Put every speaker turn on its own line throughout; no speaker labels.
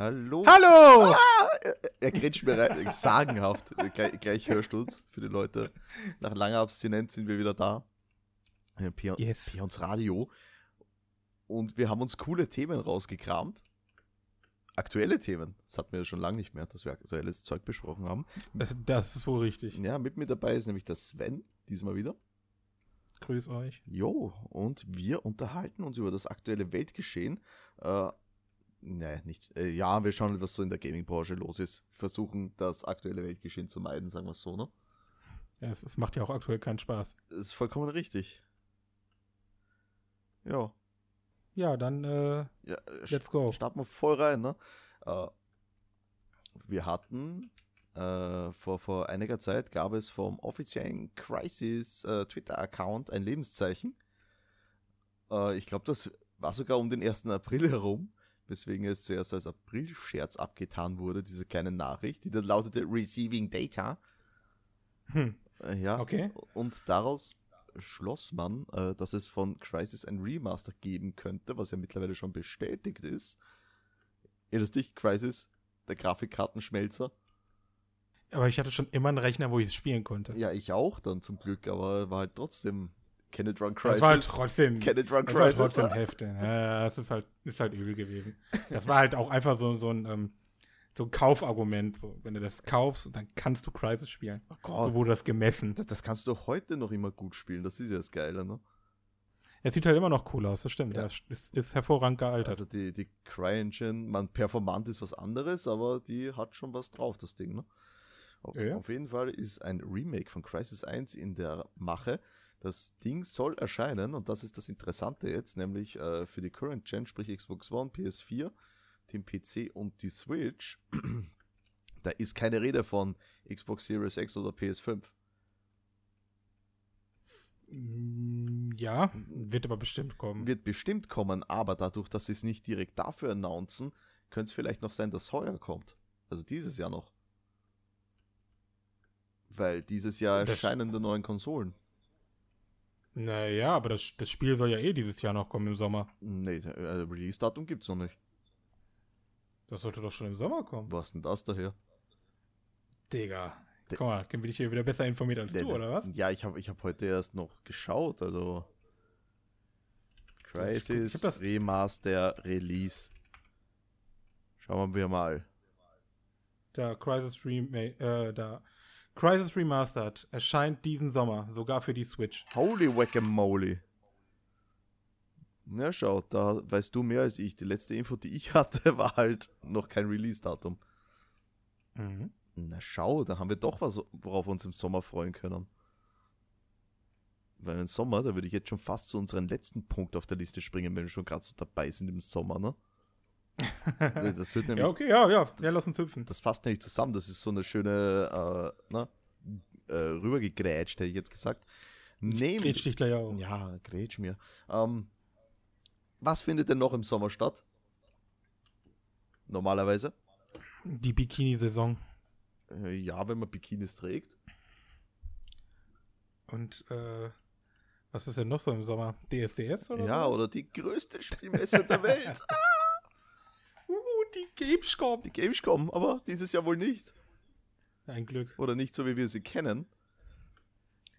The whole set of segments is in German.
Hallo. Ah,
Hallo!
Er grätscht mir rein. Sagenhaft. Gleich, gleich Hörsturz für die Leute. Nach langer Abstinenz sind wir wieder da. Äh, Pion-
Yes.
Pions Radio. Und wir haben uns coole Themen rausgekramt. Aktuelle Themen. Das hatten wir ja schon lange nicht mehr, dass wir aktuelles Zeug besprochen haben.
Das- Das ist wohl richtig.
Ja, mit mir dabei ist nämlich der Sven, diesmal wieder.
Grüß euch.
Jo, und wir unterhalten uns über das aktuelle Weltgeschehen. Äh, ne, nicht. Äh, ja, wir schauen, was so in der Gaming-Branche los ist. Versuchen, das aktuelle Weltgeschehen zu meiden, sagen wir es so, ne?
Ja, es, es macht ja auch aktuell keinen Spaß.
Ist vollkommen richtig. Ja.
Ja, dann äh,
ja äh, st-
let's go.
starten wir voll rein, ne? Äh, wir hatten äh, vor, vor einiger Zeit gab es vom offiziellen Crisis äh, Twitter-Account ein Lebenszeichen. Äh, ich glaube, das war sogar um den 1. April herum, weswegen es zuerst als April-Scherz abgetan wurde, diese kleine Nachricht, die dann lautete Receiving Data.
Hm.
Äh, ja,
Okay.
und daraus schloss man, äh, dass es von Crisis ein Remaster geben könnte, was ja mittlerweile schon bestätigt ist. Erinnerst dich, Crisis, der Grafikkartenschmelzer?
Aber ich hatte schon immer einen Rechner, wo ich es spielen konnte.
Ja, ich auch dann zum Glück, aber war halt trotzdem Can it run Crisis?
das war halt trotzdem.
Can it run
Das war halt
Crisis?
trotzdem heftig. Ja, das ist halt, ist halt übel gewesen. Das war halt auch einfach so, so ein, ähm, so ein Kaufargument. So, wenn du das kaufst, dann kannst du Crisis spielen.
oh
So
Gott,
wurde das gemessen.
das, das kannst du heute noch immer gut spielen, das ist ja das Geile, ne?
Es sieht halt immer noch cool aus, das stimmt.
Ja.
Das ist, ist hervorragend gealtert.
Also die, die CryEngine, man performant ist was anderes, aber die hat schon was drauf, das Ding, ne? Auf,
Ja.
auf jeden Fall ist ein Remake von Crisis 1 in der Mache. Das Ding soll erscheinen, und das ist das Interessante jetzt, nämlich äh, für die Current Gen, sprich Xbox One, PS4, den PC und die Switch, da ist keine Rede von Xbox Series X oder PS5.
Mm, ja, wird aber bestimmt kommen.
Wird bestimmt kommen, aber dadurch, dass sie es nicht direkt dafür announcen, könnte es vielleicht noch sein, dass heuer kommt. Also dieses Jahr noch. Weil dieses Jahr
Das-
erscheinen die neuen Konsolen.
Naja, aber das, das Spiel soll ja eh dieses Jahr noch kommen im Sommer.
Nee, äh, Release-Datum gibt's noch nicht.
Das sollte doch schon im Sommer kommen.
Was ist denn das daher?
Digga.
D-
Guck mal, dann bin ich hier wieder besser informiert als
Der-
du, oder was?
Ja, ich habe ich hab heute erst noch geschaut, also.
Ich
Crisis,
hab das-
Remaster, Release. Schauen wir mal.
Da Crisis, Rema äh, da Crisis Remastered erscheint diesen Sommer, sogar für die Switch.
Holy Whack-a-Moly. Na schau, da weißt du mehr als ich. Die letzte Info, die ich hatte, war halt noch kein Release-Datum.
Mhm.
Na schau, da haben wir doch was, worauf wir uns im Sommer freuen können. Weil im Sommer, da würde ich jetzt schon fast zu unserem letzten Punkt auf der Liste springen, wenn wir schon gerade so dabei sind im Sommer, ne? Das das wird nämlich,
Ja, okay, ja, ja, ja, lass uns hüpfen.
das passt nämlich zusammen. Das ist so eine schöne, äh, ne? Äh, rübergegrätscht, hätte ich jetzt gesagt. Nämlich,
Grätsch dich gleich auf.
ja, grätsch mir. Ähm, was findet denn noch im Sommer statt? Normalerweise?
Die Bikini-Saison.
Äh, Ja, wenn man Bikinis trägt.
Und, äh, was ist denn noch so im Sommer? DSDS oder
ja,
was?
oder die größte Spielmesse der Welt.
Uh, die Gamescom.
Die Gamescom, aber dieses Jahr wohl nicht.
Ein Glück.
Oder nicht so, wie wir sie kennen.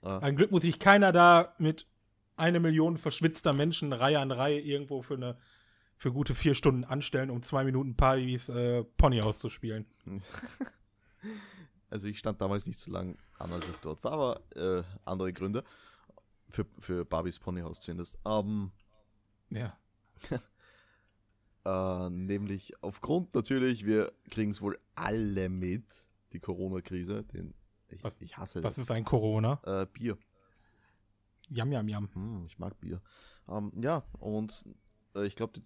Ein Glück muss sich keiner da mit eine Million verschwitzter Menschen Reihe an Reihe irgendwo für eine für gute vier Stunden anstellen, um zwei Minuten Partys äh, Pony auszuspielen.
Also ich stand damals nicht so lange an, als ich dort war, aber äh, andere Gründe. Für, für Barbies Ponyhaus zumindest. Ähm,
Ja.
Äh, nämlich aufgrund natürlich, wir kriegen es wohl alle mit, die Corona-Krise. Den, ich,
Was-
ich hasse
Das
das.
ist ein Corona.
Äh, Bier.
Jam, jam, jam.
Hm, ich mag Bier. Ähm, ja, und äh, ich glaube,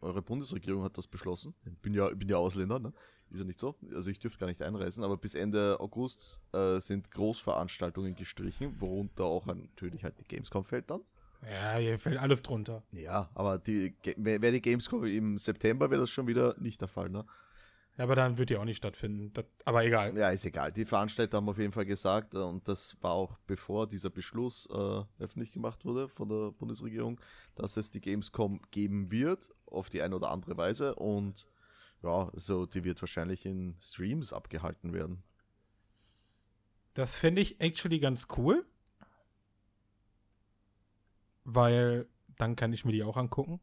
eure Bundesregierung hat das beschlossen. Ich bin ja, ich bin ja Ausländer, ne? Ist ja nicht so. Also ich dürfte gar nicht einreisen, aber bis Ende August äh, sind Großveranstaltungen gestrichen, worunter auch natürlich halt die Gamescom fällt dann.
Ja, hier fällt alles drunter.
Ja, aber die, Ga- wär wär die Gamescom im September, wäre das schon wieder nicht der Fall, ne?
Ja, aber dann wird die auch nicht stattfinden. Das, aber egal.
Ja, ist egal. Die Veranstalter haben auf jeden Fall gesagt, äh, und das war auch bevor dieser Beschluss äh, öffentlich gemacht wurde von der Bundesregierung, dass es die Gamescom geben wird, auf die eine oder andere Weise. Und ja, so die wird wahrscheinlich in Streams abgehalten werden.
Das fände ich actually ganz cool. Weil dann kann ich mir die auch angucken.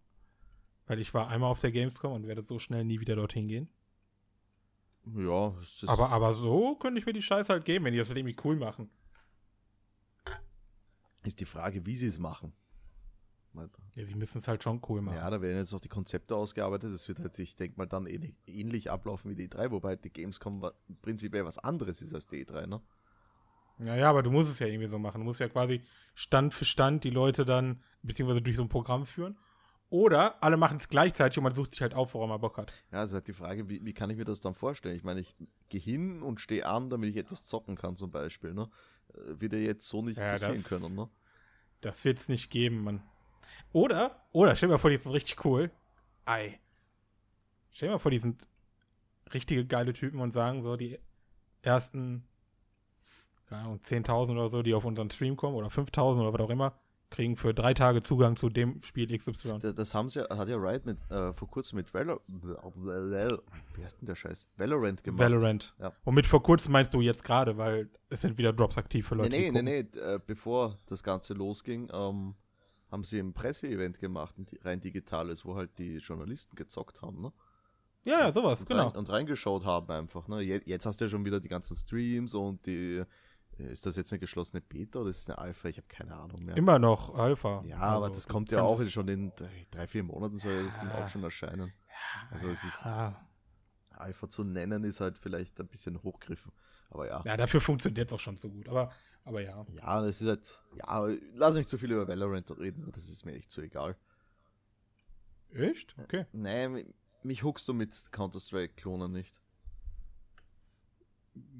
Weil ich war einmal auf der Gamescom und werde so schnell nie wieder dorthin gehen.
Ja,
es ist aber, aber so könnte ich mir die Scheiße halt geben, wenn die das halt irgendwie cool machen.
ist die Frage, wie sie es machen.
Ja, sie müssen es halt schon cool machen.
Ja, da werden jetzt noch die Konzepte ausgearbeitet. Das wird halt, ich denke mal, dann ähnlich, ähnlich ablaufen wie die E3, wobei die Gamescom wa- prinzipiell was anderes ist als die E3, ne?
Naja, aber du musst es ja irgendwie so machen. Du musst ja quasi Stand für Stand die Leute dann, beziehungsweise durch so ein Programm führen. Oder alle machen es gleichzeitig und man sucht sich halt auf, worauf man Bock hat.
Ja, also halt die Frage, wie, wie kann ich mir das dann vorstellen? Ich meine, ich gehe hin und stehe an, damit ich etwas zocken kann, zum Beispiel, ne? Äh, Wird ja jetzt so nicht
Ja,
passieren
das-
können, ne?
Das wird's nicht geben, Mann. Oder, oder, stell dir mal vor, die sind richtig cool. Ei. Stell dir mal vor, die sind richtige geile Typen und sagen so, die ersten, keine Ahnung, 10.000 oder so, die auf unseren Stream kommen oder 5.000 oder was auch immer, kriegen für drei Tage Zugang zu dem Spiel XY.
Da- Das haben sie, ja- hat ja Riot mit, äh, vor kurzem mit Valor, wie heißt denn der Scheiß? Valorant gemacht.
Valorant.
Ja.
Und mit vor kurzem meinst du jetzt gerade, weil es sind wieder Drops aktiv für Leute. die
nee, nee,
gucken.
nee, nee, äh, bevor das Ganze losging, ähm, haben sie ein Presseevent gemacht, ein di- rein digitales, wo halt die Journalisten gezockt haben, ne?
Ja, ja, sowas,
Und,
genau.
rein, und reingeschaut haben einfach, ne? Je- Jetzt hast du ja schon wieder die ganzen Streams und die. äh, Ist das jetzt eine geschlossene Beta oder ist es eine Alpha? Ich habe keine Ahnung mehr.
Immer noch Alpha.
ja, aber
Also,
das
du
kommt ja
kannst-
auch schon in drei, drei, vier Monaten soll ja das Ding
Ja.
auch schon erscheinen. Also es ist
Ah.
Alpha zu nennen, ist halt vielleicht ein bisschen hochgriffen. Aber ja.
Ja, dafür funktioniert es auch schon so gut. Aber, aber ja.
Ja, das ist halt. Ja, lass nicht zu viel über Valorant reden, das ist mir echt zu egal.
Echt? Okay.
Nein, mi- mich huckst du mit Counter-Strike-Klonen nicht.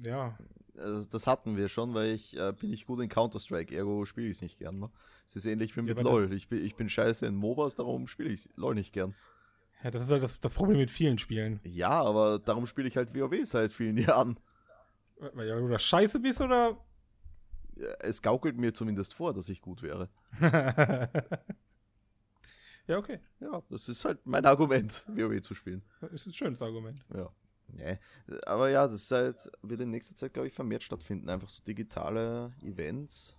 Ja.
Also das hatten wir schon, weil ich äh, bin nicht gut in Counter-Strike, ergo spiele ich es nicht gern. Ne? Es ist ähnlich wie mit
aber
LOL. Ich bin, ich bin scheiße in MOBAs, darum spiele ich LOL nicht gern.
ja. Das ist halt das, das Problem mit vielen Spielen.
Ja, aber darum spiele ich halt WoW seit vielen Jahren.
Weil ja, du das scheiße bist oder.
Äh, Es gaukelt mir zumindest vor, dass ich gut wäre.
ja, okay.
Ja, das ist halt mein Argument, WoW zu spielen.
Das ist ein schönes Argument.
Ja. Nee. Aber ja, das ist halt, wird in nächster Zeit, glaube ich, vermehrt stattfinden. Einfach so digitale Events.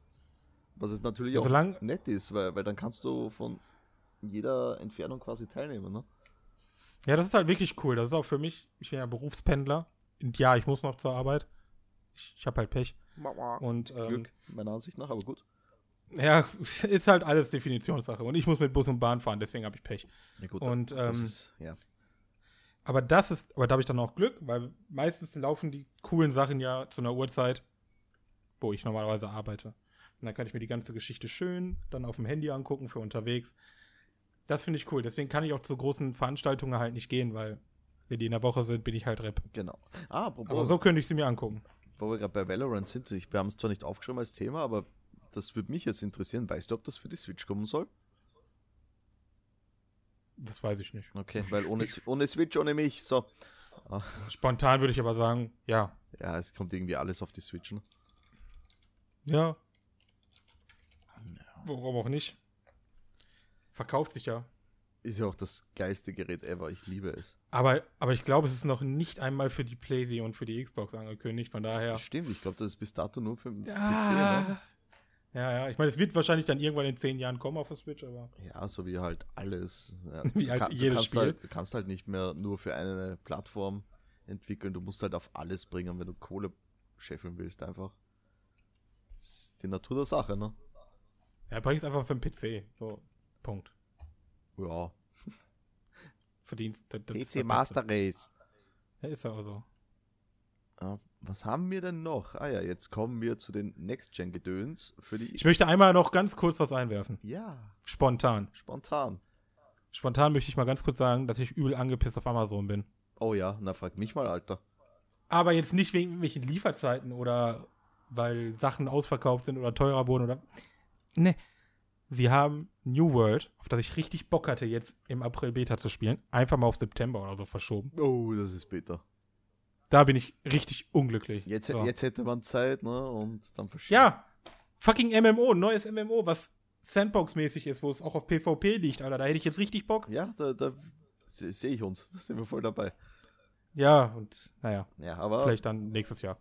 Was es natürlich auch
Solange,
nett ist, weil, weil dann kannst du von jeder Entfernung quasi teilnehmen, ne?
Ja, das ist halt wirklich cool. Das ist auch für mich, ich bin ja Berufspendler. Und ja, ich muss noch zur Arbeit. Ich, ich habe halt Pech. Und ähm,
Glück, meiner Ansicht nach, aber gut.
ja, ist halt alles Definitionssache. Und ich muss mit Bus und Bahn fahren, deswegen habe ich Pech.
Ja, gut
Und
das
ähm,
ist, ja.
aber das ist, aber da habe ich dann auch Glück, weil meistens laufen die coolen Sachen ja zu einer Uhrzeit, wo ich normalerweise arbeite. Und dann kann ich mir die ganze Geschichte schön dann auf dem Handy angucken für unterwegs. Das finde ich cool. Deswegen kann ich auch zu großen Veranstaltungen halt nicht gehen, weil wenn die in der Woche sind, bin ich halt Rep.
Genau. Ah, apropos,
Aber so könnte ich sie mir angucken.
wo wir gerade bei Valorant sind, ich, wir haben es zwar nicht aufgeschrieben als Thema, aber das würde mich jetzt interessieren. Weißt du, ob das für die Switch kommen soll?
Das weiß ich nicht.
Okay, weil ohne, ohne Switch, ohne mich, so.
Spontan würde ich aber sagen, ja.
Ja, es kommt irgendwie alles auf die Switch, ne?
Ja. Warum auch nicht? Verkauft sich ja.
Ist ja auch das geilste Gerät ever, ich liebe es.
Aber, aber ich glaube, es ist noch nicht einmal für die PlayStation und für die Xbox angekündigt, von daher.
Stimmt, ich glaube, das ist bis dato nur für den PC, ne?
Ah. Ja, ja. Ich meine, es wird wahrscheinlich dann irgendwann in zehn Jahren kommen auf der Switch, aber.
Ja, so wie halt alles. Ja,
Wie
du
halt
kann-
jedes
du kannst
Spiel.
Halt, du kannst halt nicht mehr nur für eine Plattform entwickeln. Du musst halt auf alles bringen, wenn du Kohle scheffeln willst, einfach. Ist die Natur der Sache, ne?
Ja, bring es einfach für den PC. So, Punkt.
Ja.
Verdienst. das- das ist das
PC Master
Beste.
Race.
Ja, ist ja auch so.
Ah, Was haben wir denn noch? Ah ja, jetzt kommen wir zu den Next-Gen-Gedöns für die.
Ich möchte einmal noch ganz kurz was einwerfen.
ja,
Spontan.
spontan.
Spontan möchte ich mal ganz kurz sagen, dass ich übel angepisst auf Amazon bin.
Oh ja, na frag mich mal, Alter.
Aber jetzt nicht wegen irgendwelchen Lieferzeiten oder weil Sachen ausverkauft sind oder teurer wurden oder. Ne. Sie haben New World, auf das ich richtig Bock hatte, jetzt im April Beta zu spielen, einfach mal auf September oder so verschoben.
Oh, das ist bitter.
Da bin ich richtig unglücklich.
Jetzt,
so.
jetzt hätte man Zeit, ne? Und dann verschieben.
Ja. Fucking MMO, neues MMO, was Sandbox-mäßig ist, wo es auch auf PvP liegt, Alter. Da hätte ich jetzt richtig Bock.
Ja, da, da se- sehe ich uns. Da sind wir voll dabei.
Ja, und naja,
Ja, aber
vielleicht dann nächstes Jahr.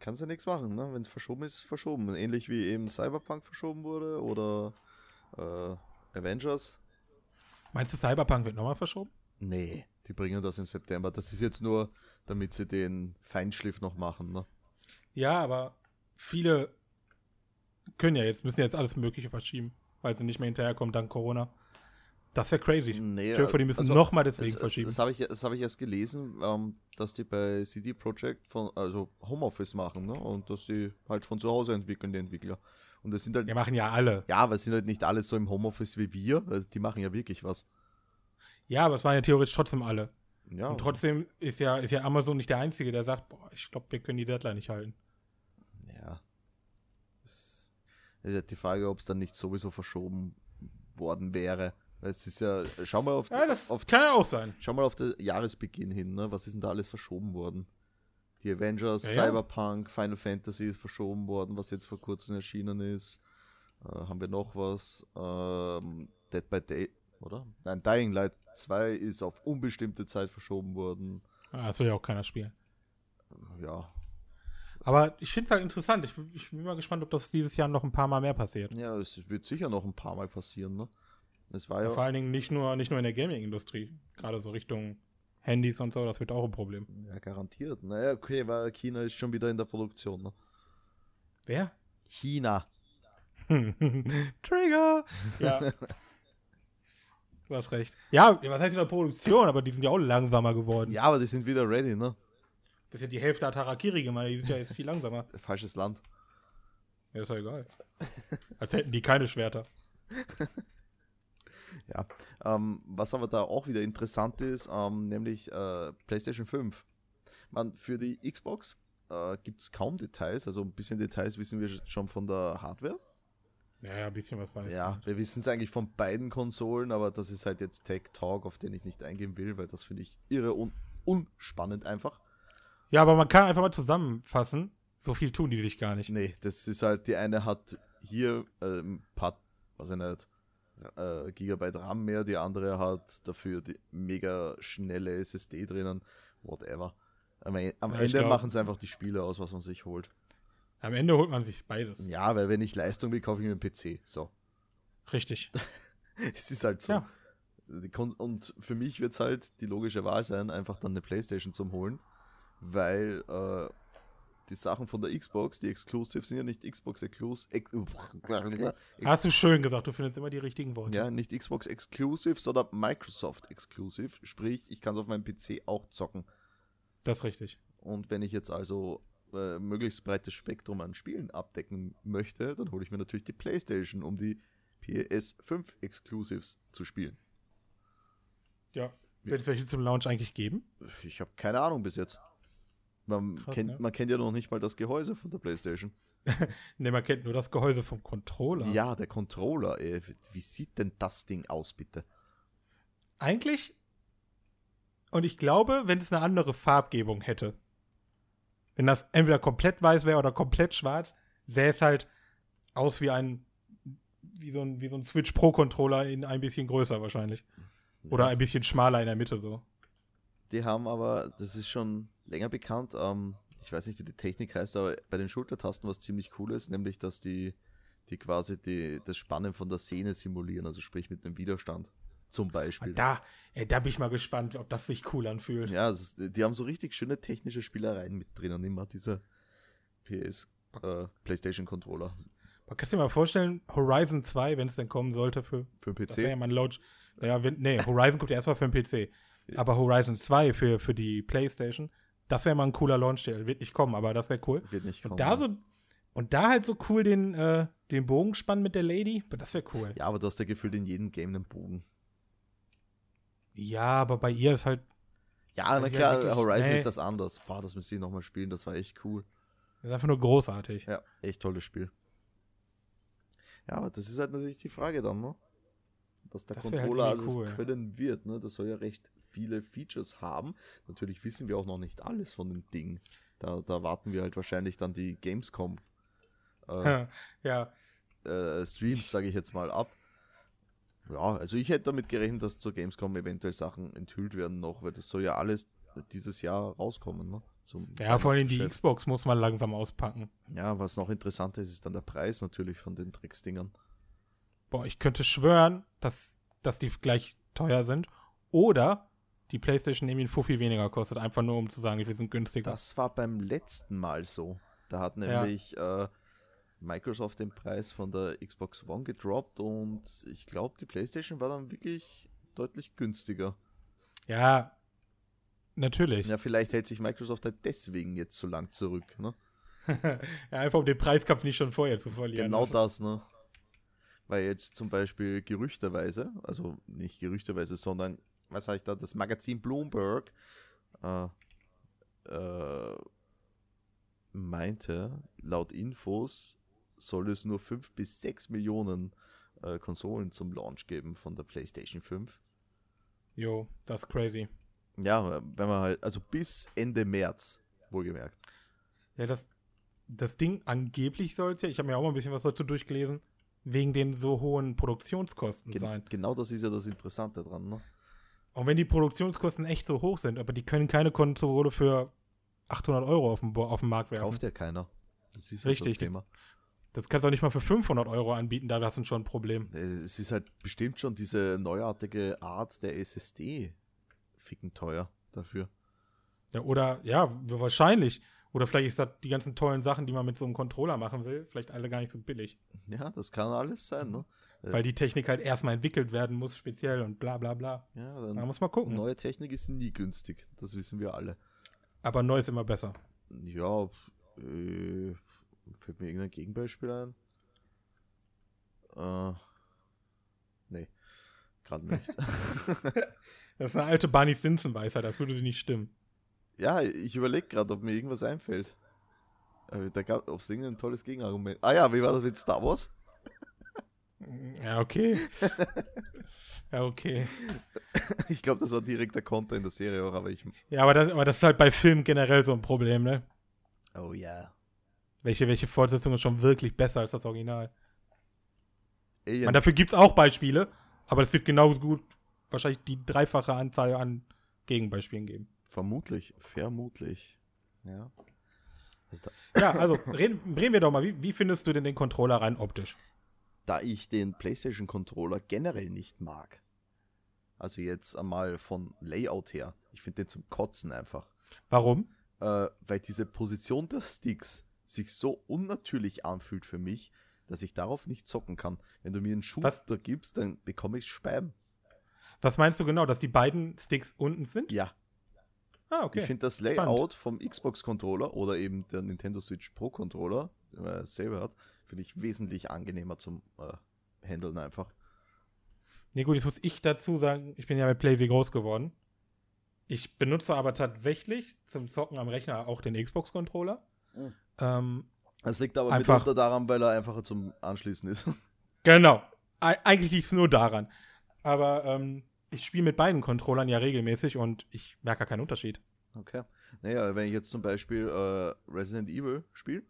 kannst ja nichts machen, ne? Wenn es verschoben ist, verschoben. Ähnlich wie eben Cyberpunk verschoben wurde oder äh, Avengers.
Meinst du, Cyberpunk wird nochmal verschoben?
Nee, die bringen das im September. Das ist jetzt nur, damit sie den Feinschliff noch machen, ne?
Ja, aber viele können ja jetzt, müssen jetzt alles Mögliche verschieben, weil sie nicht mehr hinterherkommen dank Corona. Das wäre crazy.
Nee,
Ich hoffe, die müssen
also-
nochmal deswegen
Das-
verschieben.
Das habe ich, das hab ich erst gelesen, ähm, dass die bei CD Projekt von, also Homeoffice machen, ne? Und dass die halt von zu Hause entwickeln, die Entwickler. Und das sind halt,
Wir
ja,
machen ja alle.
aber es sind halt nicht alle so im Homeoffice wie wir. Also die machen ja wirklich was.
Ja, aber es waren ja theoretisch trotzdem alle.
Ja.
Und trotzdem ist ja, ist ja Amazon nicht der Einzige, der sagt, boah, ich glaube, wir können die Deadline nicht halten.
ja. Das ist halt die Frage, ob es dann nicht sowieso verschoben worden wäre. Weil es ist ja, schau mal auf,
Ja, das
auf,
kann ja auch sein.
schau mal auf den Jahresbeginn hin, ne? Was ist denn da alles verschoben worden? Die Avengers,
Ja, ja.
Cyberpunk, Final Fantasy ist verschoben worden, was jetzt vor kurzem erschienen ist. Äh, haben wir noch was? Ähm, Dead by Day, oder? Nein, Dying Light 2 ist auf unbestimmte Zeit verschoben worden.
Ah, Das will ja auch keiner spielen.
Ja,
Aber ich finde es halt interessant. Ich, ich bin mal gespannt, ob das dieses Jahr noch ein paar Mal mehr passiert.
ja, es wird sicher noch ein paar Mal passieren, ne? Es war
Vor
ja,
allen Dingen nicht nur, nicht nur in der Gaming-Industrie. Gerade so Richtung Handys und so, das wird auch ein Problem.
ja garantiert. Naja, okay, weil China ist schon wieder in der Produktion, ne?
Wer?
China.
Trigger! Ja. Du hast recht. Ja, was heißt in der Produktion? Aber die sind ja auch langsamer geworden.
Ja, aber die sind wieder ready, ne?
Das ist ja die Hälfte hat Harakiri gemacht, die sind ja jetzt viel langsamer.
Falsches Land.
Ja, ist ja egal. Als hätten die keine Schwerter.
Ja, ähm, was aber da auch wieder interessant ist, ähm, nämlich äh, PlayStation 5. Man, für die Xbox äh, gibt es kaum Details, also ein bisschen Details wissen wir schon von der Hardware.
Ja, ja, ein bisschen was weiß
Ja, wir wissen es eigentlich von beiden Konsolen, aber das ist halt jetzt Tech Talk, auf den ich nicht eingehen will, weil das finde ich irre und unspannend einfach.
Ja, aber man kann einfach mal zusammenfassen. So viel tun die sich gar nicht.
Nee, das ist halt, die eine hat hier äh, ein paar, weiß ich nicht, äh, Gigabyte RAM mehr, die andere hat dafür die mega schnelle SSD drinnen, whatever. Am, E- am
Ja, ich
Ende
glaub-
machen es einfach die Spiele aus, was man sich holt.
Am Ende holt man sich beides.
Ja, weil wenn ich Leistung will, kaufe ich mir einen PC. So.
Richtig.
Es ist halt so.
Ja.
Die Kon- Und für mich wird es halt die logische Wahl sein, einfach dann eine Playstation zum holen, weil äh, die Sachen von der Xbox, die Exclusives sind ja nicht Xbox Exclusive. Ex
Hast du schön gesagt, du findest immer die richtigen Worte.
Ja, nicht Xbox Exclusive, sondern Microsoft Exclusive. Sprich, ich kann es auf meinem PC auch zocken.
Das ist richtig.
Und wenn ich jetzt also äh, möglichst breites Spektrum an Spielen abdecken möchte, dann hole ich mir natürlich die PlayStation, um die PS5 Exclusives zu spielen.
Ja. Wird es welche zum Launch eigentlich geben?
Ich habe keine Ahnung bis jetzt. Man,
Krass,
kennt,
ne?
man kennt ja noch nicht mal das Gehäuse von der PlayStation.
Ne, man kennt nur das Gehäuse vom Controller.
Ja, der Controller, ey. Wie sieht denn das Ding aus, bitte?
Eigentlich. Und ich glaube, wenn es eine andere Farbgebung hätte. Wenn das entweder komplett weiß wäre oder komplett schwarz, sähe es halt aus wie ein. Wie so ein, wie so ein Switch Pro Controller in ein bisschen größer wahrscheinlich. Oder ein bisschen schmaler in der Mitte so.
Die haben aber, das ist schon länger bekannt, ähm, ich weiß nicht, wie die Technik heißt, aber bei den Schultertasten was ziemlich cool ist, nämlich dass die, die quasi die, das Spannen von der Sehne simulieren, also sprich mit einem Widerstand zum Beispiel.
Da, ey, da bin ich mal gespannt, ob das sich cool anfühlt.
Ja, das ist, die haben so richtig schöne technische Spielereien mit drinnen, immer dieser PS, äh, PlayStation Controller
Man kann sich mal vorstellen, Horizon 2, wenn es denn kommen sollte für
für den
Das wäre ja
PC.
mein Launch. Naja, wenn, nee, Horizon kommt ja erstmal für den PC. Aber Horizon 2 für, für die Playstation, das wäre mal ein cooler Launch, der wird nicht kommen, aber das wäre cool.
Wird nicht kommen.
Und da so, und da halt so cool den, äh, den Bogen spannen mit der Lady, das wäre cool.
ja, aber du hast ja gefühlt in jedem Game einen Bogen.
Ja, aber bei ihr ist halt,
Ja, na
ist ja
klar,
wirklich-
Horizon
nee.
ist das anders. Boah, das müsste ich nochmal spielen, das war echt cool.
ist einfach nur großartig.
Ja, echt tolles Spiel. Ja, aber das ist halt natürlich die Frage dann, ne? Was der
Das wär halt
Controller
irgendwie
alles
cool.
können wird, ne? Das soll ja recht viele Features haben. Natürlich wissen wir auch noch nicht alles von dem Ding. Da, da warten wir halt wahrscheinlich dann die Gamescom äh,
Ja. ja.
äh, Streams, sage ich jetzt mal, ab. Ja, also ich hätte damit gerechnet, dass zur Gamescom eventuell Sachen enthüllt werden noch, weil das soll ja alles dieses Jahr rauskommen. Ne? Zum
Ja, vor allem die Xbox muss man langsam auspacken.
Ja, was noch interessant ist, ist dann der Preis natürlich von den Drecksdingern.
Boah, ich könnte schwören, dass, dass die gleich teuer sind. Oder die PlayStation irgendwie ein Fuffi weniger kostet, einfach nur um zu sagen, wir sind günstiger.
Das war beim letzten Mal so. Da hat
Ja.
nämlich äh, Microsoft den Preis von der Xbox One gedroppt und ich glaube, die PlayStation war dann wirklich deutlich günstiger.
Ja, natürlich. Ja.
Ja, vielleicht hält sich Microsoft halt deswegen jetzt so lang zurück. Ne?
einfach um den Preiskampf nicht schon vorher zu verlieren.
Genau das, ne? Weil jetzt zum Beispiel gerüchterweise, also nicht gerüchterweise, sondern, was habe ich da, das Magazin Bloomberg äh, äh, meinte, laut Infos soll es nur 5 bis 6 Millionen äh, Konsolen zum Launch geben von der PlayStation 5.
Jo, das ist crazy.
Ja, wenn man halt, also bis Ende März, wohlgemerkt.
Ja, das, das Ding angeblich soll es ja, ich habe mir auch mal ein bisschen was dazu durchgelesen, wegen den so hohen Produktionskosten
Gen
sein.
Genau das ist ja das Interessante dran, ne?
Und wenn die Produktionskosten echt so hoch sind, aber die können keine Konsole für 800 Euro auf den, Bo- auf den Markt werfen.
Kauft ja keiner. Das ist ja
Richtig,
das
die-
Thema.
Das kannst du auch nicht mal für 500 Euro anbieten, da hast du schon ein Problem.
Es ist halt bestimmt schon diese neuartige Art der SSD ficken teuer dafür.
Ja, oder, ja, wahrscheinlich. Oder vielleicht ist das die ganzen tollen Sachen, die man mit so einem Controller machen will, vielleicht alle gar nicht so billig.
Ja, das kann alles sein, ne? Ja.
Weil die Technik halt erstmal entwickelt werden muss, speziell und bla bla bla.
Ja,
Da
dann
muss man gucken.
neue Technik ist nie günstig, das wissen wir alle.
Aber neu ist immer besser.
Ja, äh, fällt mir irgendein Gegenbeispiel ein? Äh, nee, gerade nicht.
Das ist eine alte Barney Stinson-Weisheit, das würde sie nicht stimmen.
ja, ich überlege gerade, ob mir irgendwas einfällt. Äh, Da gab es irgendein tolles Gegenargument. Ah ja, wie war das mit Star Wars?
Ja, okay. ja, okay.
Ich glaube, das war direkter Konter in der Serie auch, aber ich.
Ja, aber das, aber das ist halt bei Filmen generell so ein Problem, ne?
Oh ja.
Welche, welche Fortsetzung ist schon wirklich besser als das Original? Ich
Alien,
meine, dafür gibt es auch Beispiele, aber es wird genauso gut wahrscheinlich die dreifache Anzahl an Gegenbeispielen geben.
vermutlich, vermutlich. Ja. Also da,
Ja, also reden, reden wir doch mal, wie, wie findest du denn den Controller rein optisch?
da ich den PlayStation Controller generell nicht mag. Also jetzt einmal von Layout her. Ich finde den zum Kotzen einfach.
Warum?
Äh, weil diese Position der Sticks sich so unnatürlich anfühlt für mich, dass ich darauf nicht zocken kann. Wenn du mir einen Shooter
Was?
gibst, dann bekomme ich Speiben.
Was meinst du genau, dass die beiden Sticks unten sind?
Ja.
Ah,
Ich
okay.
finde das Layout vom Xbox-Controller oder eben der Nintendo Switch Pro-Controller, den man selber hat, finde ich wesentlich angenehmer zum äh, Handeln einfach.
Nee, gut, jetzt muss ich dazu sagen, ich bin ja mit PlayStation groß geworden. Ich benutze aber tatsächlich zum Zocken am Rechner auch den Xbox-Controller.
Mhm.
Ähm,
Das liegt aber
Einfach-
mitunter daran, weil er einfacher zum Anschließen ist.
Genau. Ei- Eigentlich liegt es nur daran. Aber ähm, ich spiele mit beiden Controllern ja regelmäßig und ich merke gar keinen Unterschied.
Okay. Naja, wenn ich jetzt zum Beispiel äh, Resident Evil spiele,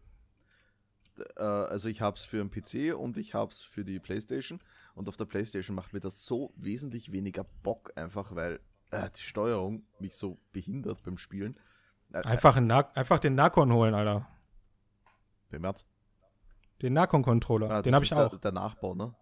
äh, also ich habe es für den PC und ich habe es für die Playstation und auf der Playstation macht mir das so wesentlich weniger Bock einfach, weil äh, die Steuerung mich so behindert beim Spielen. Äh,
Einfach, einen Na- einfach den Narkon holen, Alter.
Äh, wem hat's?
Den Narkon-Controller.
Ah,
den
das
habe ich
ist
auch.
Der, der Nachbau, ne?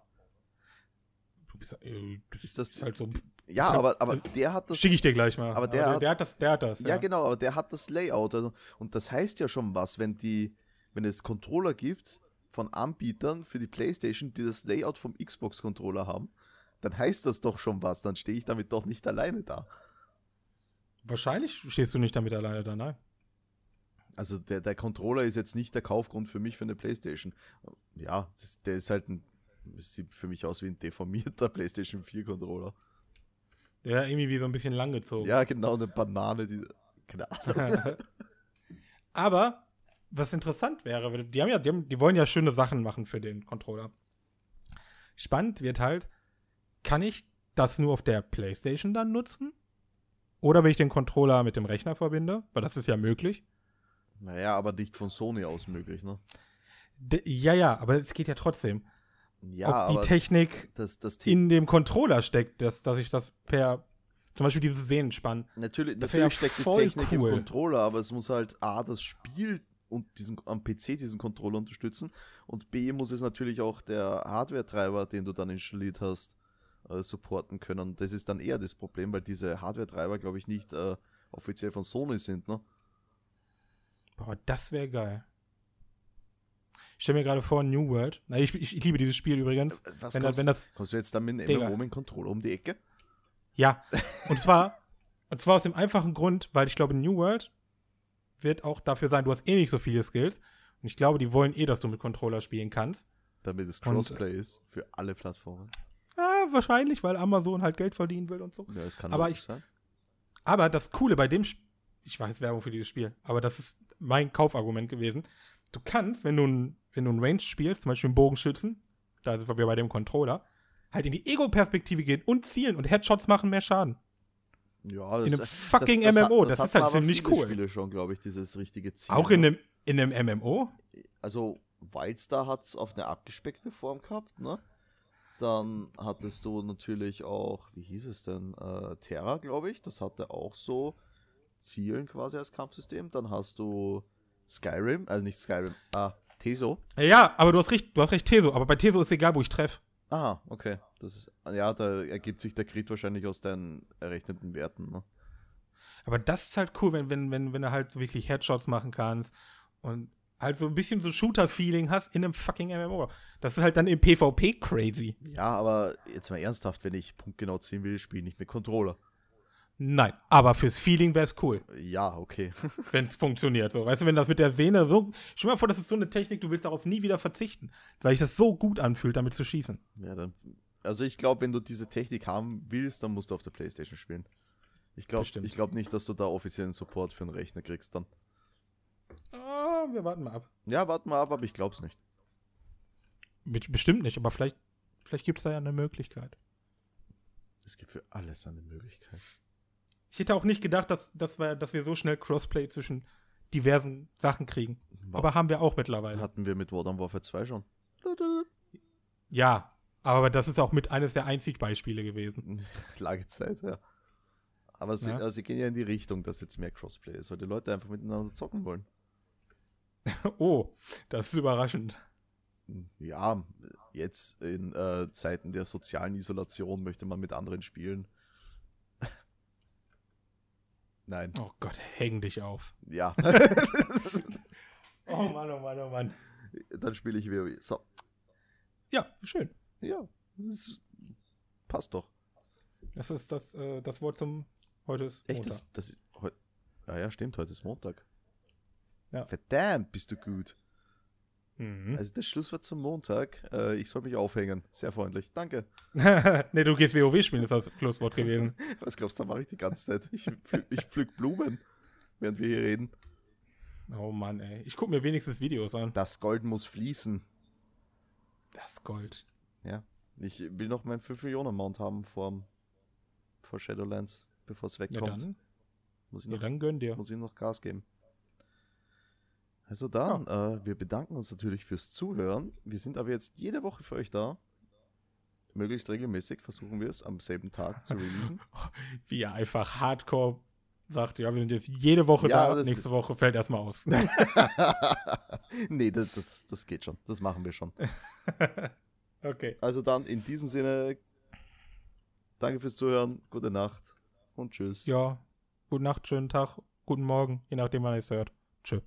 Du bist, äh, das
Ist das-
ist halt so.
Ja,
Deshalb-
aber, aber der hat das.
Schicke ich dir gleich mal. Also
aber der hat-
der hat das. Der hat das.
ja, genau, aber der hat das Layout. Also, und das heißt ja schon was, wenn die, wenn es Controller gibt von Anbietern für die Playstation, die das Layout vom Xbox-Controller haben, dann heißt das doch schon was. Dann stehe ich damit doch nicht alleine da.
Wahrscheinlich stehst du nicht damit alleine da, ne? nein.
Also der, der Controller ist jetzt nicht der Kaufgrund für mich für eine Playstation. Ja, das- der ist halt ein. Sieht für mich aus wie ein deformierter PlayStation 4-Controller.
Der irgendwie wie so ein bisschen langgezogen.
Ja, genau, eine Banane, die. Keine Ahnung.
Aber was interessant wäre, weil die haben ja, die, haben, die wollen ja schöne Sachen machen für den Controller. Spannend wird halt, kann ich das nur auf der PlayStation dann nutzen? Oder wenn ich den Controller mit dem Rechner verbinde, weil das ist ja möglich.
Naja, aber nicht von Sony aus möglich, ne?
D ja, ja, aber es geht ja trotzdem.
Ja,
Ob die
aber
Technik
das, das Thema.
in dem Controller steckt, dass, dass ich das per Zum Beispiel diese Sehnenspann.
Natürlich,
Das wär
natürlich
ja
steckt die
voll
Technik
cool.
im Controller, aber es muss halt A, das Spiel und diesen, am PC diesen Controller unterstützen und B, muss es natürlich auch der Hardware-Treiber, den du dann installiert hast, äh, supporten können. Das ist dann eher das Problem, weil diese Hardware-Treiber, glaube ich, nicht äh, offiziell von Sony sind, ne?
Boah, das wäre geil. Ich stelle mir gerade vor, New World. Na, ich, ich, ich liebe dieses Spiel übrigens.
Was
Wenn, da-
kommst,
wenn das
kommst du jetzt dann mit einem
Digga.
MMO mit dem Controller um die Ecke?
Ja, und zwar, und zwar aus dem einfachen Grund, weil ich glaube, New World wird auch dafür sein, du hast eh nicht so viele Skills. Und ich glaube, die wollen eh, dass du mit Controller spielen kannst.
Damit es
Und, äh,
Crossplay ist für alle Plattformen.
Ah, wahrscheinlich, weil Amazon halt Geld verdienen will und so.
Ja, es kann
aber
logisch
ich-
sein.
Aber das Coole bei dem Spiel, ich mache jetzt Werbung für dieses Spiel, aber das ist mein Kaufargument gewesen. Du kannst, wenn du ein, wenn du ein Range spielst, zum Beispiel einen Bogenschützen, da sind wir wieder bei dem Controller, halt in die Ego-Perspektive gehen und zielen und Headshots machen mehr Schaden.
Ja, das,
in einem
das-
fucking
hat-
MMO, das ist
hatten
halt
aber
ziemlich
viele
cool.
Spiele schon, glaube ich, dieses richtige Ziel. ne?
Auch in einem, in einem MMO?
also Wildstar hat es auf eine abgespeckte Form gehabt, ne? Dann hattest du natürlich auch, wie hieß es denn, äh, Terra, glaube ich, das hatte auch so Zielen quasi als Kampfsystem. Dann hast du Skyrim, also nicht Skyrim, ah, Teso.
Ja, aber du hast recht, du hast recht, Teso. Aber bei Teso ist egal, wo ich treffe.
Aha, okay. Das ist, ja, da ergibt sich der Crit wahrscheinlich aus deinen errechneten Werten, ne?
Aber das ist halt cool, wenn, wenn, wenn, wenn du halt wirklich Headshots machen kannst und halt so ein bisschen so Shooter-Feeling hast in einem fucking MMO. Das ist halt dann im PvP crazy.
Ja, aber jetzt mal ernsthaft, wenn ich punktgenau ziehen will, spiele ich nicht mit Controller.
Nein, aber fürs Feeling wär's cool,
Ja, okay.
wenn's funktioniert. So, weißt du, wenn das mit der Sehne so. Stell dir mal vor, das ist so eine Technik, du willst darauf nie wieder verzichten, weil ich das so gut anfühlt, damit zu schießen.
Ja, dann. Also ich glaube, wenn du diese Technik haben willst, dann musst du auf der Playstation spielen. Ich glaube
Bestimmt.
glaub nicht, dass du da offiziellen Support für einen Rechner kriegst dann.
Ah, wir warten mal ab.
Ja, warten wir ab, aber ich glaub's nicht.
Mit- Bestimmt nicht, aber vielleicht, vielleicht gibt's da ja eine Möglichkeit.
Es gibt für alles eine Möglichkeit.
Ich hätte auch nicht gedacht, dass, dass, wir, dass wir so schnell Crossplay zwischen diversen Sachen kriegen.
Wa-
Aber haben wir auch mittlerweile.
hatten wir mit Modern Warfare 2 schon.
Ja, aber das ist auch mit eines der einzig Beispiele gewesen.
Lange Zeit, ja. Aber sie,
Ja.
also sie gehen ja in die Richtung, dass jetzt mehr Crossplay ist, weil die Leute einfach miteinander zocken wollen.
Oh, das ist überraschend.
Ja, jetzt in äh, Zeiten der sozialen Isolation möchte man mit anderen spielen. Nein,
Oh Gott, häng dich auf.
ja.
Oh Mann, oh Mann, oh Mann.
dann spiele ich WoW. So,
Ja, schön.
ja, das passt doch.
Das ist das, äh, das Wort zum heute ist
Echt,
Montag.
das, das ist heu- Ah ja, stimmt, heute ist Montag.
Ja.
Verdammt, bist du gut.
Mhm.
Also das Schlusswort zum Montag. Äh, ich soll mich aufhängen. Sehr freundlich. Danke.
nee, du gehst WoW spielen, ist das Schlusswort gewesen.
Was glaubst du, da mache ich die ganze Zeit? Ich, pflü- ich pflück Blumen, während wir hier reden.
Oh Mann, ey. Ich gucke mir wenigstens Videos an.
Das Gold muss fließen.
Das Gold.
Ja. Ich will noch meinen 5-Millionen-Mount haben vor, vor Shadowlands, bevor es
Ja,
wegkommt.
dann,
muss, ich
ja,
noch,
dann gönn dir.
muss ich noch Gas geben. Also dann, äh, wir bedanken uns natürlich fürs Zuhören. Wir sind aber jetzt jede Woche für euch da. Möglichst regelmäßig versuchen wir es am selben Tag zu releasen.
Wie er einfach hardcore sagt, ja, wir sind jetzt jede Woche
Ja,
da,
das-
nächste Woche fällt erstmal aus.
nee, das, das, das geht schon. Das machen wir schon.
okay.
Also dann, in diesem Sinne, danke fürs Zuhören, gute Nacht und tschüss.
Ja, gute Nacht, schönen Tag, guten Morgen, je nachdem, wann ihr es hört. Tschö.